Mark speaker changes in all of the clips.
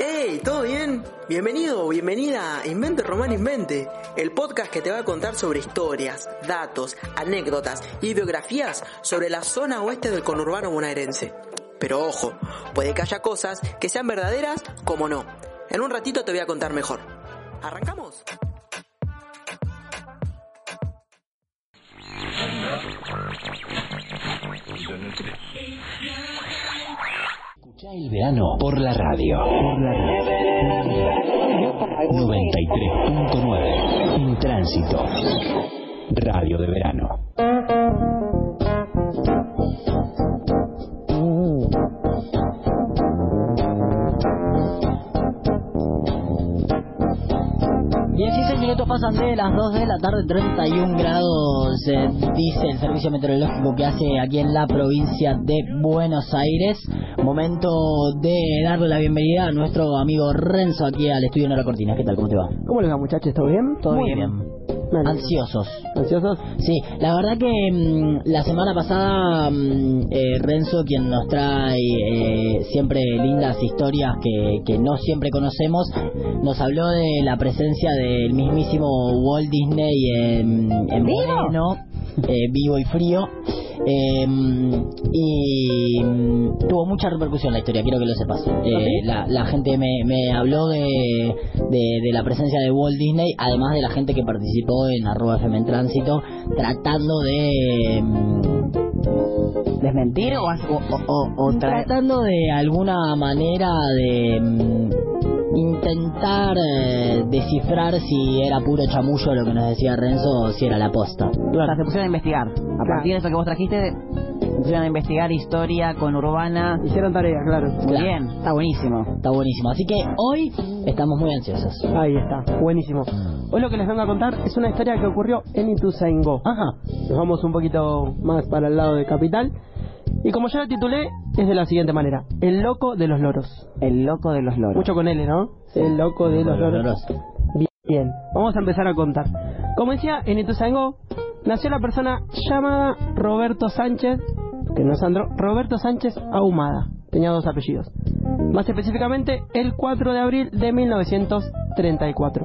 Speaker 1: ¡Hey! ¿Todo bien? Bienvenido o bienvenida a Invente Román Invente, el podcast que te va a contar sobre historias, datos, anécdotas y biografías sobre la zona oeste del conurbano bonaerense. Pero ojo, puede que haya cosas que sean verdaderas como no. En un ratito te voy a contar mejor. ¿Arrancamos?
Speaker 2: Escucha el verano por la radio. Por la radio. 93.9 En tránsito. Radio de verano.
Speaker 3: minutos pasan de las 2 de la tarde, 31 grados, eh, dice el servicio meteorológico que hace aquí en la provincia de Buenos Aires. Momento de darle la bienvenida a nuestro amigo Renzo aquí al estudio Nora Cortina. ¿Qué tal? ¿Cómo te va?
Speaker 4: ¿Cómo les va, muchachos? ¿Todo bien?
Speaker 3: Todo
Speaker 4: Muy
Speaker 3: bien.
Speaker 4: Vale.
Speaker 3: Ansiosos.
Speaker 4: ¿Ansiosos?
Speaker 3: Sí, la verdad que mm, la semana pasada mm, eh, Renzo, quien nos trae eh, siempre lindas historias que, que no siempre conocemos, nos habló de la presencia del mismísimo Walt Disney en, en Moreno, eh, vivo y frío. Eh, y mm, tuvo mucha repercusión la historia, quiero que lo sepas. Eh, la, la gente me, me habló de, de- de la presencia de Walt Disney, además de la gente que participó en arroba FM en tránsito, tratando de... mm,
Speaker 4: ¿Desmentir o, as- o, o, o- o traer?
Speaker 3: tratando de alguna manera de mm, intentar eh, descifrar si era puro chamullo lo que nos decía Renzo o si era la posta.
Speaker 5: O sea, se pusieron a investigar. A partir de eso que vos trajiste, se pusieron a investigar historia con urbana.
Speaker 4: Hicieron tarea, claro.
Speaker 5: Muy
Speaker 3: Claro.
Speaker 5: bien, está buenísimo.
Speaker 3: Está buenísimo. Así que hoy estamos muy ansiosos.
Speaker 4: Ahí está, buenísimo.
Speaker 5: Mm.
Speaker 4: Hoy lo que les vengo a contar es una historia que ocurrió en Ituzaingó.
Speaker 5: Ah.
Speaker 3: Ajá.
Speaker 4: Nos vamos un poquito más para el lado de Capital. Y como yo la titulé, es de la siguiente manera. El loco de los loros.
Speaker 5: El loco de los loros.
Speaker 4: Mucho con L, ¿no? El loco de los loros. Bien, vamos a empezar a contar. Como decía, en Ituzaingó nació la persona llamada Roberto Sánchez, que no es Sandro, Roberto Sánchez Ahumada. Tenía dos apellidos. Más específicamente, el 4 de abril de 1934.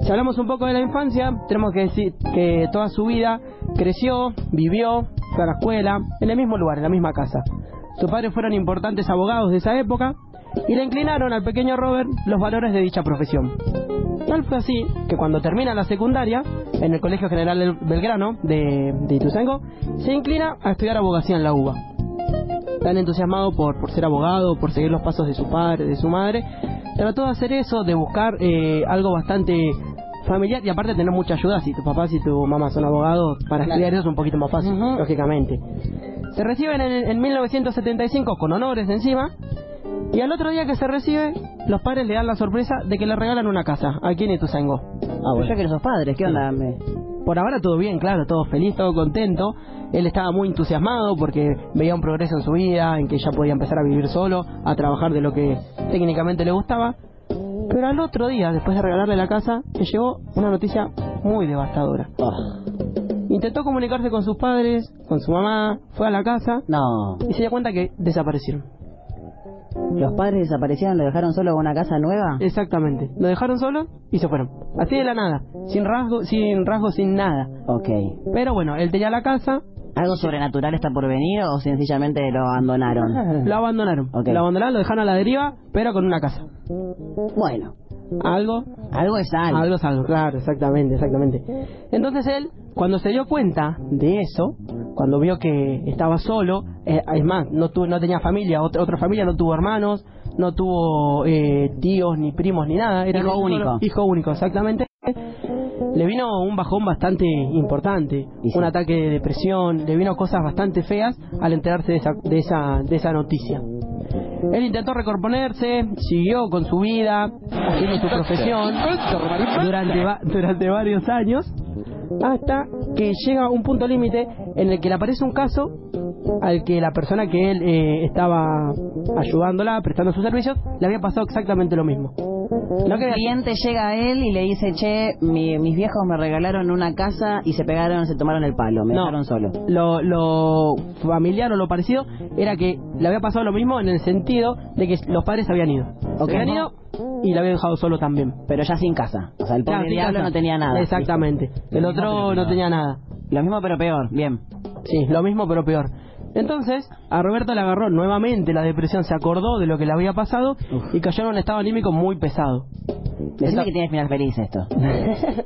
Speaker 4: Si hablamos un poco de la infancia, tenemos que decir que toda su vida creció, vivió, fue a la escuela, en el mismo lugar, en la misma casa. Sus padres fueron importantes abogados de esa época y le inclinaron al pequeño Robert los valores de dicha profesión. Tal fue así que cuando termina la secundaria, en el Colegio General del Belgrano de, de Ituzaingó, se inclina a estudiar abogacía en la UBA. Tan entusiasmado por, por ser abogado, por seguir los pasos de su padre, de su madre, trató de hacer eso, de buscar eh, algo bastante familiar y aparte tener mucha ayuda si tu papá, si tu mamá son abogados, para estudiar eso es un poquito más fácil,
Speaker 5: Ujú.
Speaker 4: lógicamente. Se reciben en, en 1975 con honores encima y al otro día que se recibe, los padres le dan la sorpresa de que le regalan una casa aquí en Ituzaingó.
Speaker 5: Ah, bueno. Yo que sos padres, ¿qué onda? Me-
Speaker 4: Por ahora todo bien, claro, todo feliz, todo contento. Él estaba muy entusiasmado porque veía un progreso en su vida, en que ya podía empezar a vivir solo, a trabajar de lo que técnicamente le gustaba. Pero al otro día, después de regalarle la casa, le llegó una noticia muy devastadora.
Speaker 3: Ah.
Speaker 4: Intentó comunicarse con sus padres, con su mamá, fue a la casa
Speaker 5: No.
Speaker 4: y se dio cuenta que desaparecieron.
Speaker 5: ¿Los padres desaparecieron? ¿Lo dejaron solo a una casa nueva?
Speaker 4: Exactamente. Lo dejaron solo y se fueron. Así de la nada, sin rasgo, sin rasgo, sin nada.
Speaker 5: Ok.
Speaker 4: Pero bueno, él tenía la casa,
Speaker 5: ¿Algo sobrenatural está por venir o sencillamente lo abandonaron?
Speaker 4: Lo abandonaron.
Speaker 5: Ok.
Speaker 4: Lo abandonaron, lo dejaron a la deriva, pero con una casa.
Speaker 5: Bueno,
Speaker 4: Algo,
Speaker 5: algo es algo.
Speaker 4: algo es algo. Claro, exactamente, exactamente. Entonces él, cuando se dio cuenta de eso, cuando vio que estaba solo, eh, es más, no tuvo, no tenía familia, otra, otra familia, no tuvo hermanos, no tuvo eh, tíos, ni primos, ni nada. Era
Speaker 5: Hijo
Speaker 4: solo-
Speaker 5: único.
Speaker 4: Hijo único, exactamente. Le vino un bajón bastante importante,
Speaker 5: Y sí.
Speaker 4: un ataque de depresión, le vino cosas bastante feas al enterarse de esa, de esa, de esa noticia. Él intentó recomponerse, siguió con su vida, haciendo su profesión durante, va- durante varios años, hasta que llega un punto límite en el que le aparece un caso al que la persona que él eh, estaba ayudándola, prestando sus servicios, le había pasado exactamente lo mismo.
Speaker 3: Un
Speaker 4: No creas-
Speaker 3: cliente llega a él y le dice, che, mi- mis viejos me regalaron una casa y se pegaron, se tomaron el palo, me
Speaker 4: No.
Speaker 3: dejaron solo.
Speaker 4: Lo, lo familiar o lo parecido era que le había pasado lo mismo en el sentido de que los padres habían ido.
Speaker 3: Ok.
Speaker 4: Se habían ido y le había dejado solo también.
Speaker 3: Pero ya sin casa. O sea, el pobre
Speaker 4: Claro, sí,
Speaker 3: diablo
Speaker 4: casa.
Speaker 3: no tenía nada.
Speaker 4: Exactamente. El
Speaker 3: Lo mismo, pero
Speaker 4: otro no
Speaker 3: peor.
Speaker 4: tenía nada.
Speaker 3: Lo mismo pero peor, bien.
Speaker 4: Sí, lo mismo pero peor. Entonces, a Roberto le agarró nuevamente la depresión, se acordó de lo que le había pasado y cayó en un estado anímico muy pesado.
Speaker 3: Decime que tiene final feliz esto.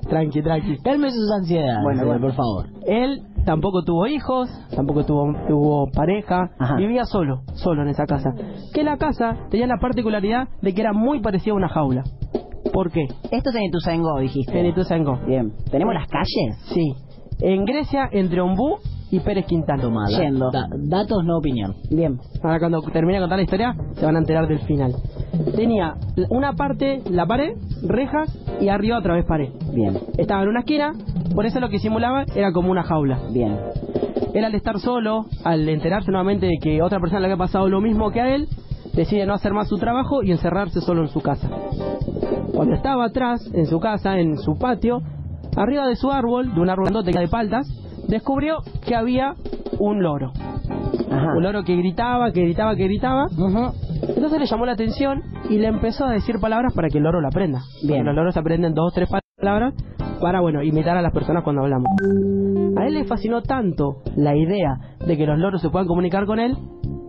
Speaker 4: Tranqui, tranqui.
Speaker 6: Cálmese sus ansiedades,
Speaker 3: Bueno,
Speaker 6: señor,
Speaker 3: bueno.
Speaker 6: por favor.
Speaker 4: Él tampoco tuvo hijos, tampoco tuvo, tuvo pareja,
Speaker 3: Ajá.
Speaker 4: vivía solo, solo en esa casa. Que la casa tenía la particularidad de que era muy parecida a una jaula. ¿Por qué?
Speaker 3: Esto es en Ituzaingó, dijiste.
Speaker 4: En Ituzaingó.
Speaker 3: Bien. ¿Tenemos las calles?
Speaker 4: Sí. En Grecia, entre Ombú y Pérez Quintana.
Speaker 6: Tomada.
Speaker 3: Yendo.
Speaker 6: Da- datos, no opinión.
Speaker 3: Bien.
Speaker 4: Ahora cuando termine de contar la historia se van a enterar del final. Tenía una parte, la pared, rejas y arriba otra vez pared.
Speaker 3: Bien.
Speaker 4: Estaba en una esquina, por eso lo que simulaba era como una jaula.
Speaker 3: Bien.
Speaker 4: Él al estar solo, al enterarse nuevamente de que otra persona le había pasado lo mismo que a él, decide no hacer más su trabajo y encerrarse solo en su casa. Cuando estaba atrás, en su casa, en su patio, arriba de su árbol, de un árbol grandote que era de paltas, descubrió que había un loro.
Speaker 3: Ajá.
Speaker 4: Un loro que gritaba, que gritaba, que gritaba. Entonces le llamó la atención y le empezó a decir palabras para que el loro lo aprenda.
Speaker 3: Bien.
Speaker 4: Porque Los loros aprenden dos o tres palabras para, bueno, imitar a las personas cuando hablamos. A él le fascinó tanto la idea de que los loros se puedan comunicar con él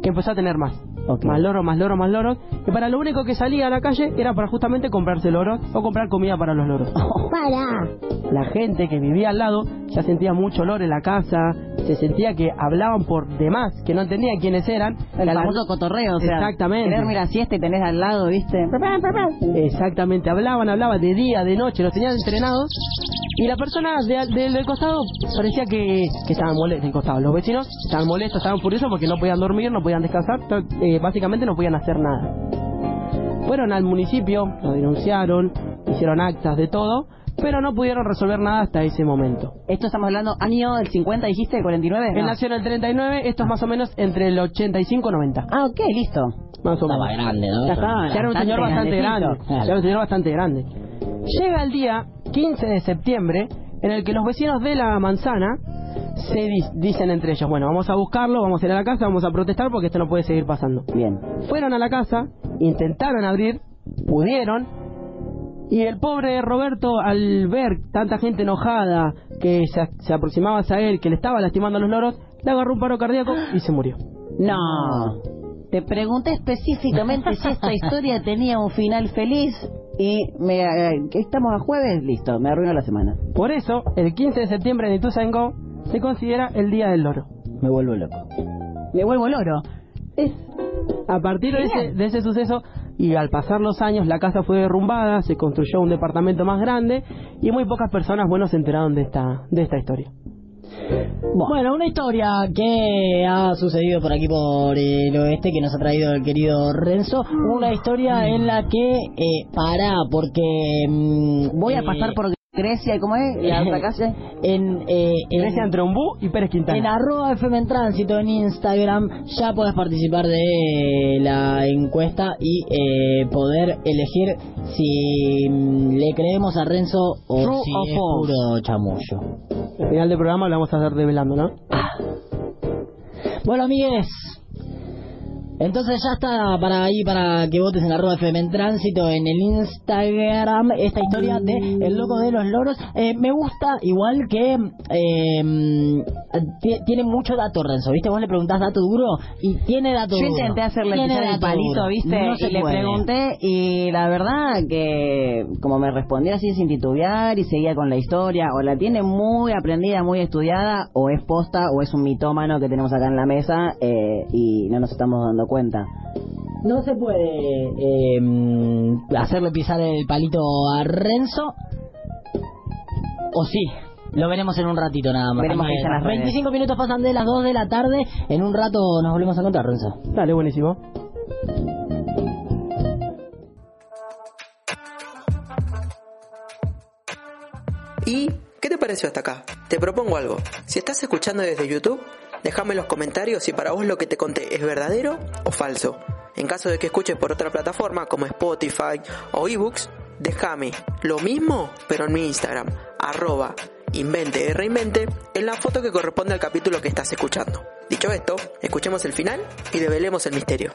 Speaker 4: que empezó a tener más.
Speaker 3: Ok.
Speaker 4: Más loros, más loros, más loros. Y para lo único que salía a la calle era para justamente comprarse loros o comprar comida para los loros.
Speaker 7: Para.
Speaker 4: La gente que vivía al lado ya sentía mucho olor en la casa, se sentía que hablaban por demás, que no entendían quiénes eran.
Speaker 3: El
Speaker 4: A la-
Speaker 3: famoso cotorreo, o sea,
Speaker 4: Exactamente.
Speaker 3: querer mirar siesta y tenés al lado, ¿viste? Eh,
Speaker 4: Exactamente, hablaban, hablaban de día, de noche, los tenían entrenados y la persona de al- del del costado parecía que, que estaban molestos, del costado, los vecinos estaban molestos, estaban furiosos porque no podían dormir, no podían descansar, no- eh, básicamente no podían hacer nada. Fueron al municipio, lo denunciaron, hicieron actas de todo, pero no pudieron resolver nada hasta ese momento.
Speaker 3: Esto estamos hablando año del 50, dijiste, 49.
Speaker 4: Él
Speaker 3: No.
Speaker 4: nació en el 39, esto es más o menos entre el 85 y 90,
Speaker 3: Ah, ok, listo.
Speaker 4: más o
Speaker 6: Estaba
Speaker 4: menos.
Speaker 6: grande, ¿no?
Speaker 3: Ya estaba.
Speaker 4: Ya era un
Speaker 3: Bastante
Speaker 4: señor bastante
Speaker 3: grandecito.
Speaker 4: grande.
Speaker 6: Claro.
Speaker 4: Ya era un señor bastante grande. Llega el día 15 de septiembre en el que los vecinos de la manzana se di- dicen entre ellos, bueno, vamos a buscarlo, vamos a ir a la casa, vamos a protestar porque esto no puede seguir pasando.
Speaker 3: Bien.
Speaker 4: Fueron a la casa, intentaron abrir, pudieron, y el pobre Roberto, al ver tanta gente enojada que se, se aproximaba hacia él, que le estaba lastimando a los loros, le agarró un paro cardíaco y se murió.
Speaker 3: No. Te pregunté específicamente si esta historia tenía un final feliz y me eh, que estamos a jueves, listo, me arruinó la semana.
Speaker 4: Por eso, el 15 de septiembre en Ituzaingó se considera el Día del Loro.
Speaker 3: Me vuelvo loco. Me vuelvo loro.
Speaker 4: A partir de ese, de ese suceso y al pasar los años la casa fue derrumbada, se construyó un departamento más grande y muy pocas personas bueno se enteraron de esta de esta historia.
Speaker 6: Bueno, una historia que ha sucedido por aquí por el oeste que nos ha traído el querido Renzo. Una historia en la que eh, para porque mm,
Speaker 3: Voy a
Speaker 6: eh,
Speaker 3: pasar por Grecia y cómo es la otra calle.
Speaker 6: en, eh, en-
Speaker 4: Grecia entre Ombú y Pérez
Speaker 6: en
Speaker 4: Quintana.
Speaker 6: arroba FM en tránsito en Instagram ya podés participar de la encuesta y eh, poder elegir si mm, le creemos a Renzo o
Speaker 4: True
Speaker 6: si
Speaker 4: o
Speaker 6: es
Speaker 4: false.
Speaker 6: puro chamullo.
Speaker 4: Al final del programa lo vamos a estar develando, ¿no?
Speaker 6: Bueno, amigues. Entonces ya está para ahí, para que votes en arroba FM en tránsito, en el Instagram, esta historia de El Loco de los Loros. Eh, me gusta igual que eh, ti- tiene mucho dato, Renzo, ¿viste? Vos le preguntás dato duro y tiene dato
Speaker 3: Yo
Speaker 6: duro.
Speaker 3: intenté hacerle
Speaker 6: Tiene
Speaker 3: pisar el
Speaker 6: dato
Speaker 3: palito,
Speaker 6: duro.
Speaker 3: ¿viste?
Speaker 6: No se
Speaker 3: y le
Speaker 6: puede.
Speaker 3: pregunté y la verdad que como me respondía así sin titubear y seguía con la historia, o la tiene muy aprendida, muy estudiada, o es posta, o es un mitómano que tenemos acá en la mesa eh, y no nos estamos dando cuenta.
Speaker 6: No se puede eh, mm, hacerle pisar el palito a Renzo. O sí, lo veremos en un ratito nada más.
Speaker 3: Veremos qué dicen las redes.
Speaker 6: 25 minutos pasan de las 2 de la tarde. En un rato nos volvemos a encontrar, Renzo.
Speaker 4: Dale, buenísimo.
Speaker 1: ¿Y qué te pareció hasta acá? Te propongo algo. Si estás escuchando desde YouTube, déjame en los comentarios si para vos lo que te conté es verdadero o falso. En caso de que escuches por otra plataforma como Spotify o eBooks, Déjame lo mismo, pero en mi Instagram, arroba invente reinvente, en la foto que corresponde al capítulo que estás escuchando. Dicho esto, escuchemos el final y develemos el misterio.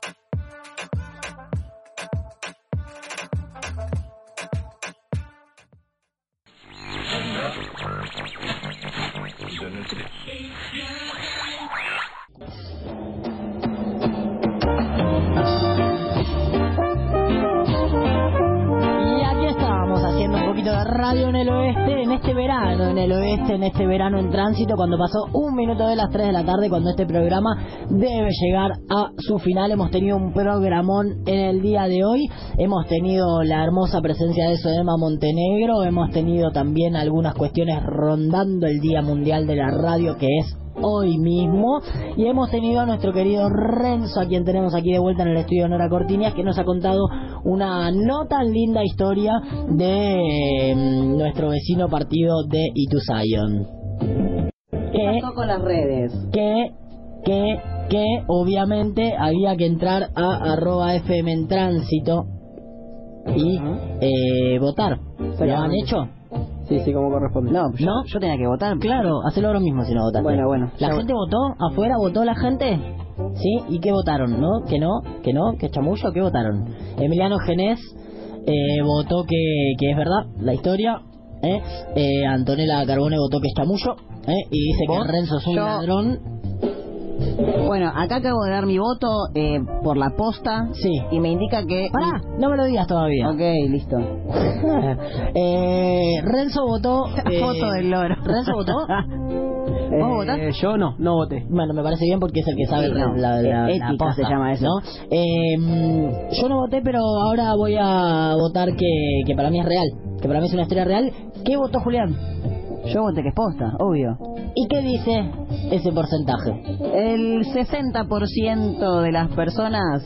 Speaker 6: Y aquí estábamos haciendo un poquito de radio en el oeste, en este verano, en el oeste, en este verano en tránsito, cuando pasó un minuto de las 3 de la tarde, cuando este programa debe llegar a su final. Hemos tenido un programón en el día de hoy, hemos tenido la hermosa presencia de Soema Montenegro, hemos tenido también algunas cuestiones rondando el Día Mundial de la Radio, que es hoy mismo y hemos tenido a nuestro querido Renzo a quien tenemos aquí de vuelta en el estudio Nora Cortinias que nos ha contado una no tan linda historia de eh, nuestro vecino partido de Ituzayon que
Speaker 3: pasó con las redes?
Speaker 6: que que que obviamente había que entrar a arroba fm en tránsito y eh, votar ¿lo han
Speaker 4: Exactamente.
Speaker 6: hecho?
Speaker 4: Sí, sí, como corresponde.
Speaker 3: No, yo,
Speaker 6: No.
Speaker 3: yo tenía que votar.
Speaker 6: Claro, hacelo ahora mismo si no votaste.
Speaker 3: Bueno, bueno.
Speaker 6: ¿La
Speaker 3: Ya
Speaker 6: gente votó? ¿Afuera votó la gente? ¿Sí? ¿Y qué votaron? ¿No? ¿Que no? ¿Que no? ¿Que chamullo? ¿Qué votaron? Emiliano Genés eh, votó que, que es verdad la historia. ¿eh? Eh, Antonella Carbone votó que es chamullo. ¿eh? Y dice
Speaker 3: ¿Vos?
Speaker 6: que Renzo es un
Speaker 3: Yo-
Speaker 6: ladrón.
Speaker 3: Bueno, acá acabo de dar mi voto eh, por la posta.
Speaker 6: Sí.
Speaker 3: Y me indica que.
Speaker 6: Pará, no me lo digas todavía.
Speaker 3: Ok, listo.
Speaker 6: eh, Renzo votó. eh,
Speaker 3: Foto del loro.
Speaker 6: ¿Renzo votó?
Speaker 4: Eh,
Speaker 3: ¿Vos votaste?
Speaker 4: Yo no, no voté.
Speaker 6: Bueno, me parece bien porque es el que sabe
Speaker 3: Sí, no,
Speaker 6: la, la-
Speaker 3: eh,
Speaker 6: la
Speaker 3: ética
Speaker 6: posta,
Speaker 3: se llama eso.
Speaker 6: ¿no? Eh, mm, yo no voté, pero ahora voy a votar que, que para mí es real, que para mí es una historia real. ¿Qué votó Julián?
Speaker 3: Yo voté que es posta, obvio.
Speaker 6: ¿Y qué dice ese porcentaje?
Speaker 3: El 60% de las personas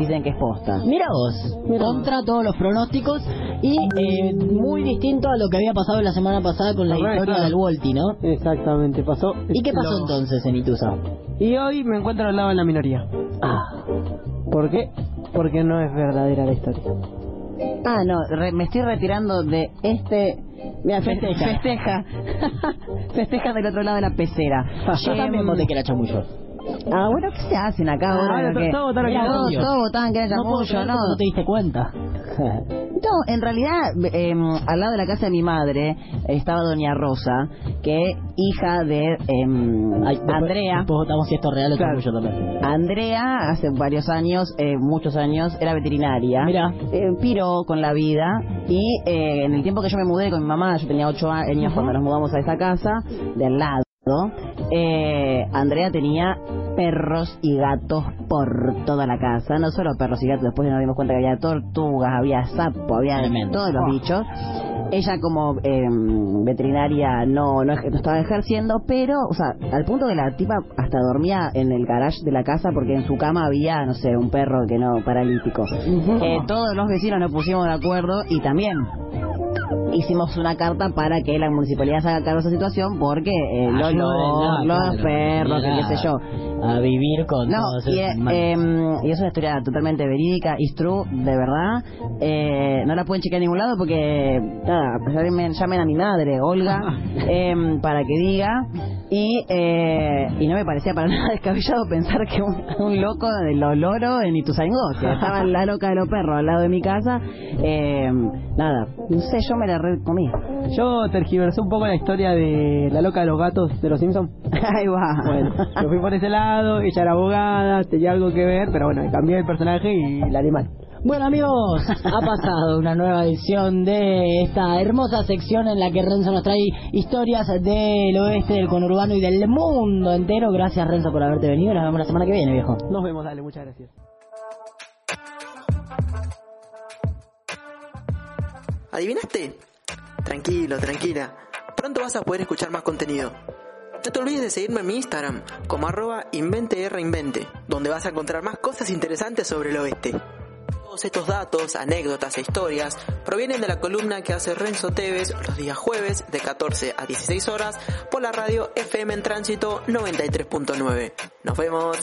Speaker 3: dicen que es posta.
Speaker 6: Mira vos, contra todos los pronósticos y eh, muy distinto a lo que había pasado la semana pasada con la
Speaker 4: Al revés,
Speaker 6: historia
Speaker 4: claro.
Speaker 6: del Volti, ¿no?
Speaker 4: Exactamente, pasó.
Speaker 6: ¿Y qué pasó
Speaker 4: lo-
Speaker 6: entonces en Ituza?
Speaker 4: Y hoy me encuentro al lado de la minoría.
Speaker 6: Ah,
Speaker 4: ¿Por qué? Porque no es verdadera la historia.
Speaker 3: Ah, no, re- me estoy retirando de este. Mira, fe-
Speaker 6: Festeja.
Speaker 3: Festeja. Festeja del otro lado de la pecera.
Speaker 6: yo
Speaker 3: Em,
Speaker 6: también voté que era chamullo.
Speaker 3: Ah, bueno, ¿qué se hacen acá
Speaker 4: Ah,
Speaker 3: ahora?
Speaker 4: bueno,
Speaker 3: Que-
Speaker 4: todos votaron que
Speaker 3: Mirá,
Speaker 4: era
Speaker 3: todos-
Speaker 6: chamullo.
Speaker 3: todos votaban que era
Speaker 6: No puedo
Speaker 3: chamullo,
Speaker 6: creer
Speaker 3: no.
Speaker 6: cómo no te diste cuenta.
Speaker 3: No, en realidad, eh, al lado de la casa de mi madre estaba Doña Rosa, que es hija de eh,
Speaker 6: Ay, pues, después-
Speaker 3: Andrea.
Speaker 6: Después votamos si esto es real o
Speaker 4: Claro.
Speaker 6: chamullo también.
Speaker 3: Andrea hace varios años, eh, muchos años, era veterinaria.
Speaker 6: Mirá.
Speaker 3: Eh, piró con la vida y eh, en el tiempo que yo me mudé con mi mamá, yo tenía ocho años cuando nos mudamos a esa casa, del lado, eh, Andrea tenía perros y gatos por toda la casa, no solo perros y gatos, después nos dimos cuenta que había tortugas, había sapo, había
Speaker 6: Tremendo.
Speaker 3: todos los
Speaker 6: Oh.
Speaker 3: bichos. Ella como eh, veterinaria no, no, ej- no estaba ejerciendo, pero, o sea, al punto que la tipa hasta dormía en el garage de la casa porque en su cama había, no sé, un perro que no, paralítico. Eh, todos los vecinos nos pusimos de acuerdo y también hicimos una carta para que la municipalidad se haga cargo de esa situación porque eh, el
Speaker 6: Ayuden,
Speaker 3: olor,
Speaker 6: no,
Speaker 3: los
Speaker 6: claro,
Speaker 3: perros, que
Speaker 6: mira,
Speaker 3: qué sé yo.
Speaker 6: A vivir con
Speaker 3: No,
Speaker 6: todos
Speaker 3: y,
Speaker 6: esos
Speaker 3: eh,
Speaker 6: animales.
Speaker 3: em, y es una historia totalmente verídica, is true, de verdad. Eh, no la pueden chequear en ningún lado porque nada, llamen, llamen a mi madre, Olga, em, para que diga. Y, eh, y no me parecía para nada descabellado pensar que un, un loco de los loros en Ituzaingó, que estaba la loca de los perros al lado de mi casa, em, nada, no sé, yo me la re comí.
Speaker 4: Yo tergiversé un poco la historia de la loca de los gatos de los Simpsons.
Speaker 3: Ahí va.
Speaker 4: Bueno, yo fui por ese lado, ella era abogada, tenía algo que ver, pero bueno, cambié el personaje y el animal.
Speaker 6: Bueno amigos, ha pasado una nueva edición de esta hermosa sección en la que Renzo nos trae historias del oeste, del conurbano y del mundo entero. Gracias Renzo por haberte venido, nos vemos la semana que viene viejo.
Speaker 4: Nos vemos, dale, muchas gracias.
Speaker 1: ¿Adivinaste? Tranquilo, tranquila. Pronto vas a poder escuchar más contenido. No te olvides de seguirme en mi Instagram como arroba inventerreinvente, donde vas a encontrar más cosas interesantes sobre el oeste. Todos estos datos, anécdotas e historias provienen de la columna que hace Renzo Teves los días jueves de 14 a 16 horas por la radio FM en Tránsito 93.9. Nos vemos.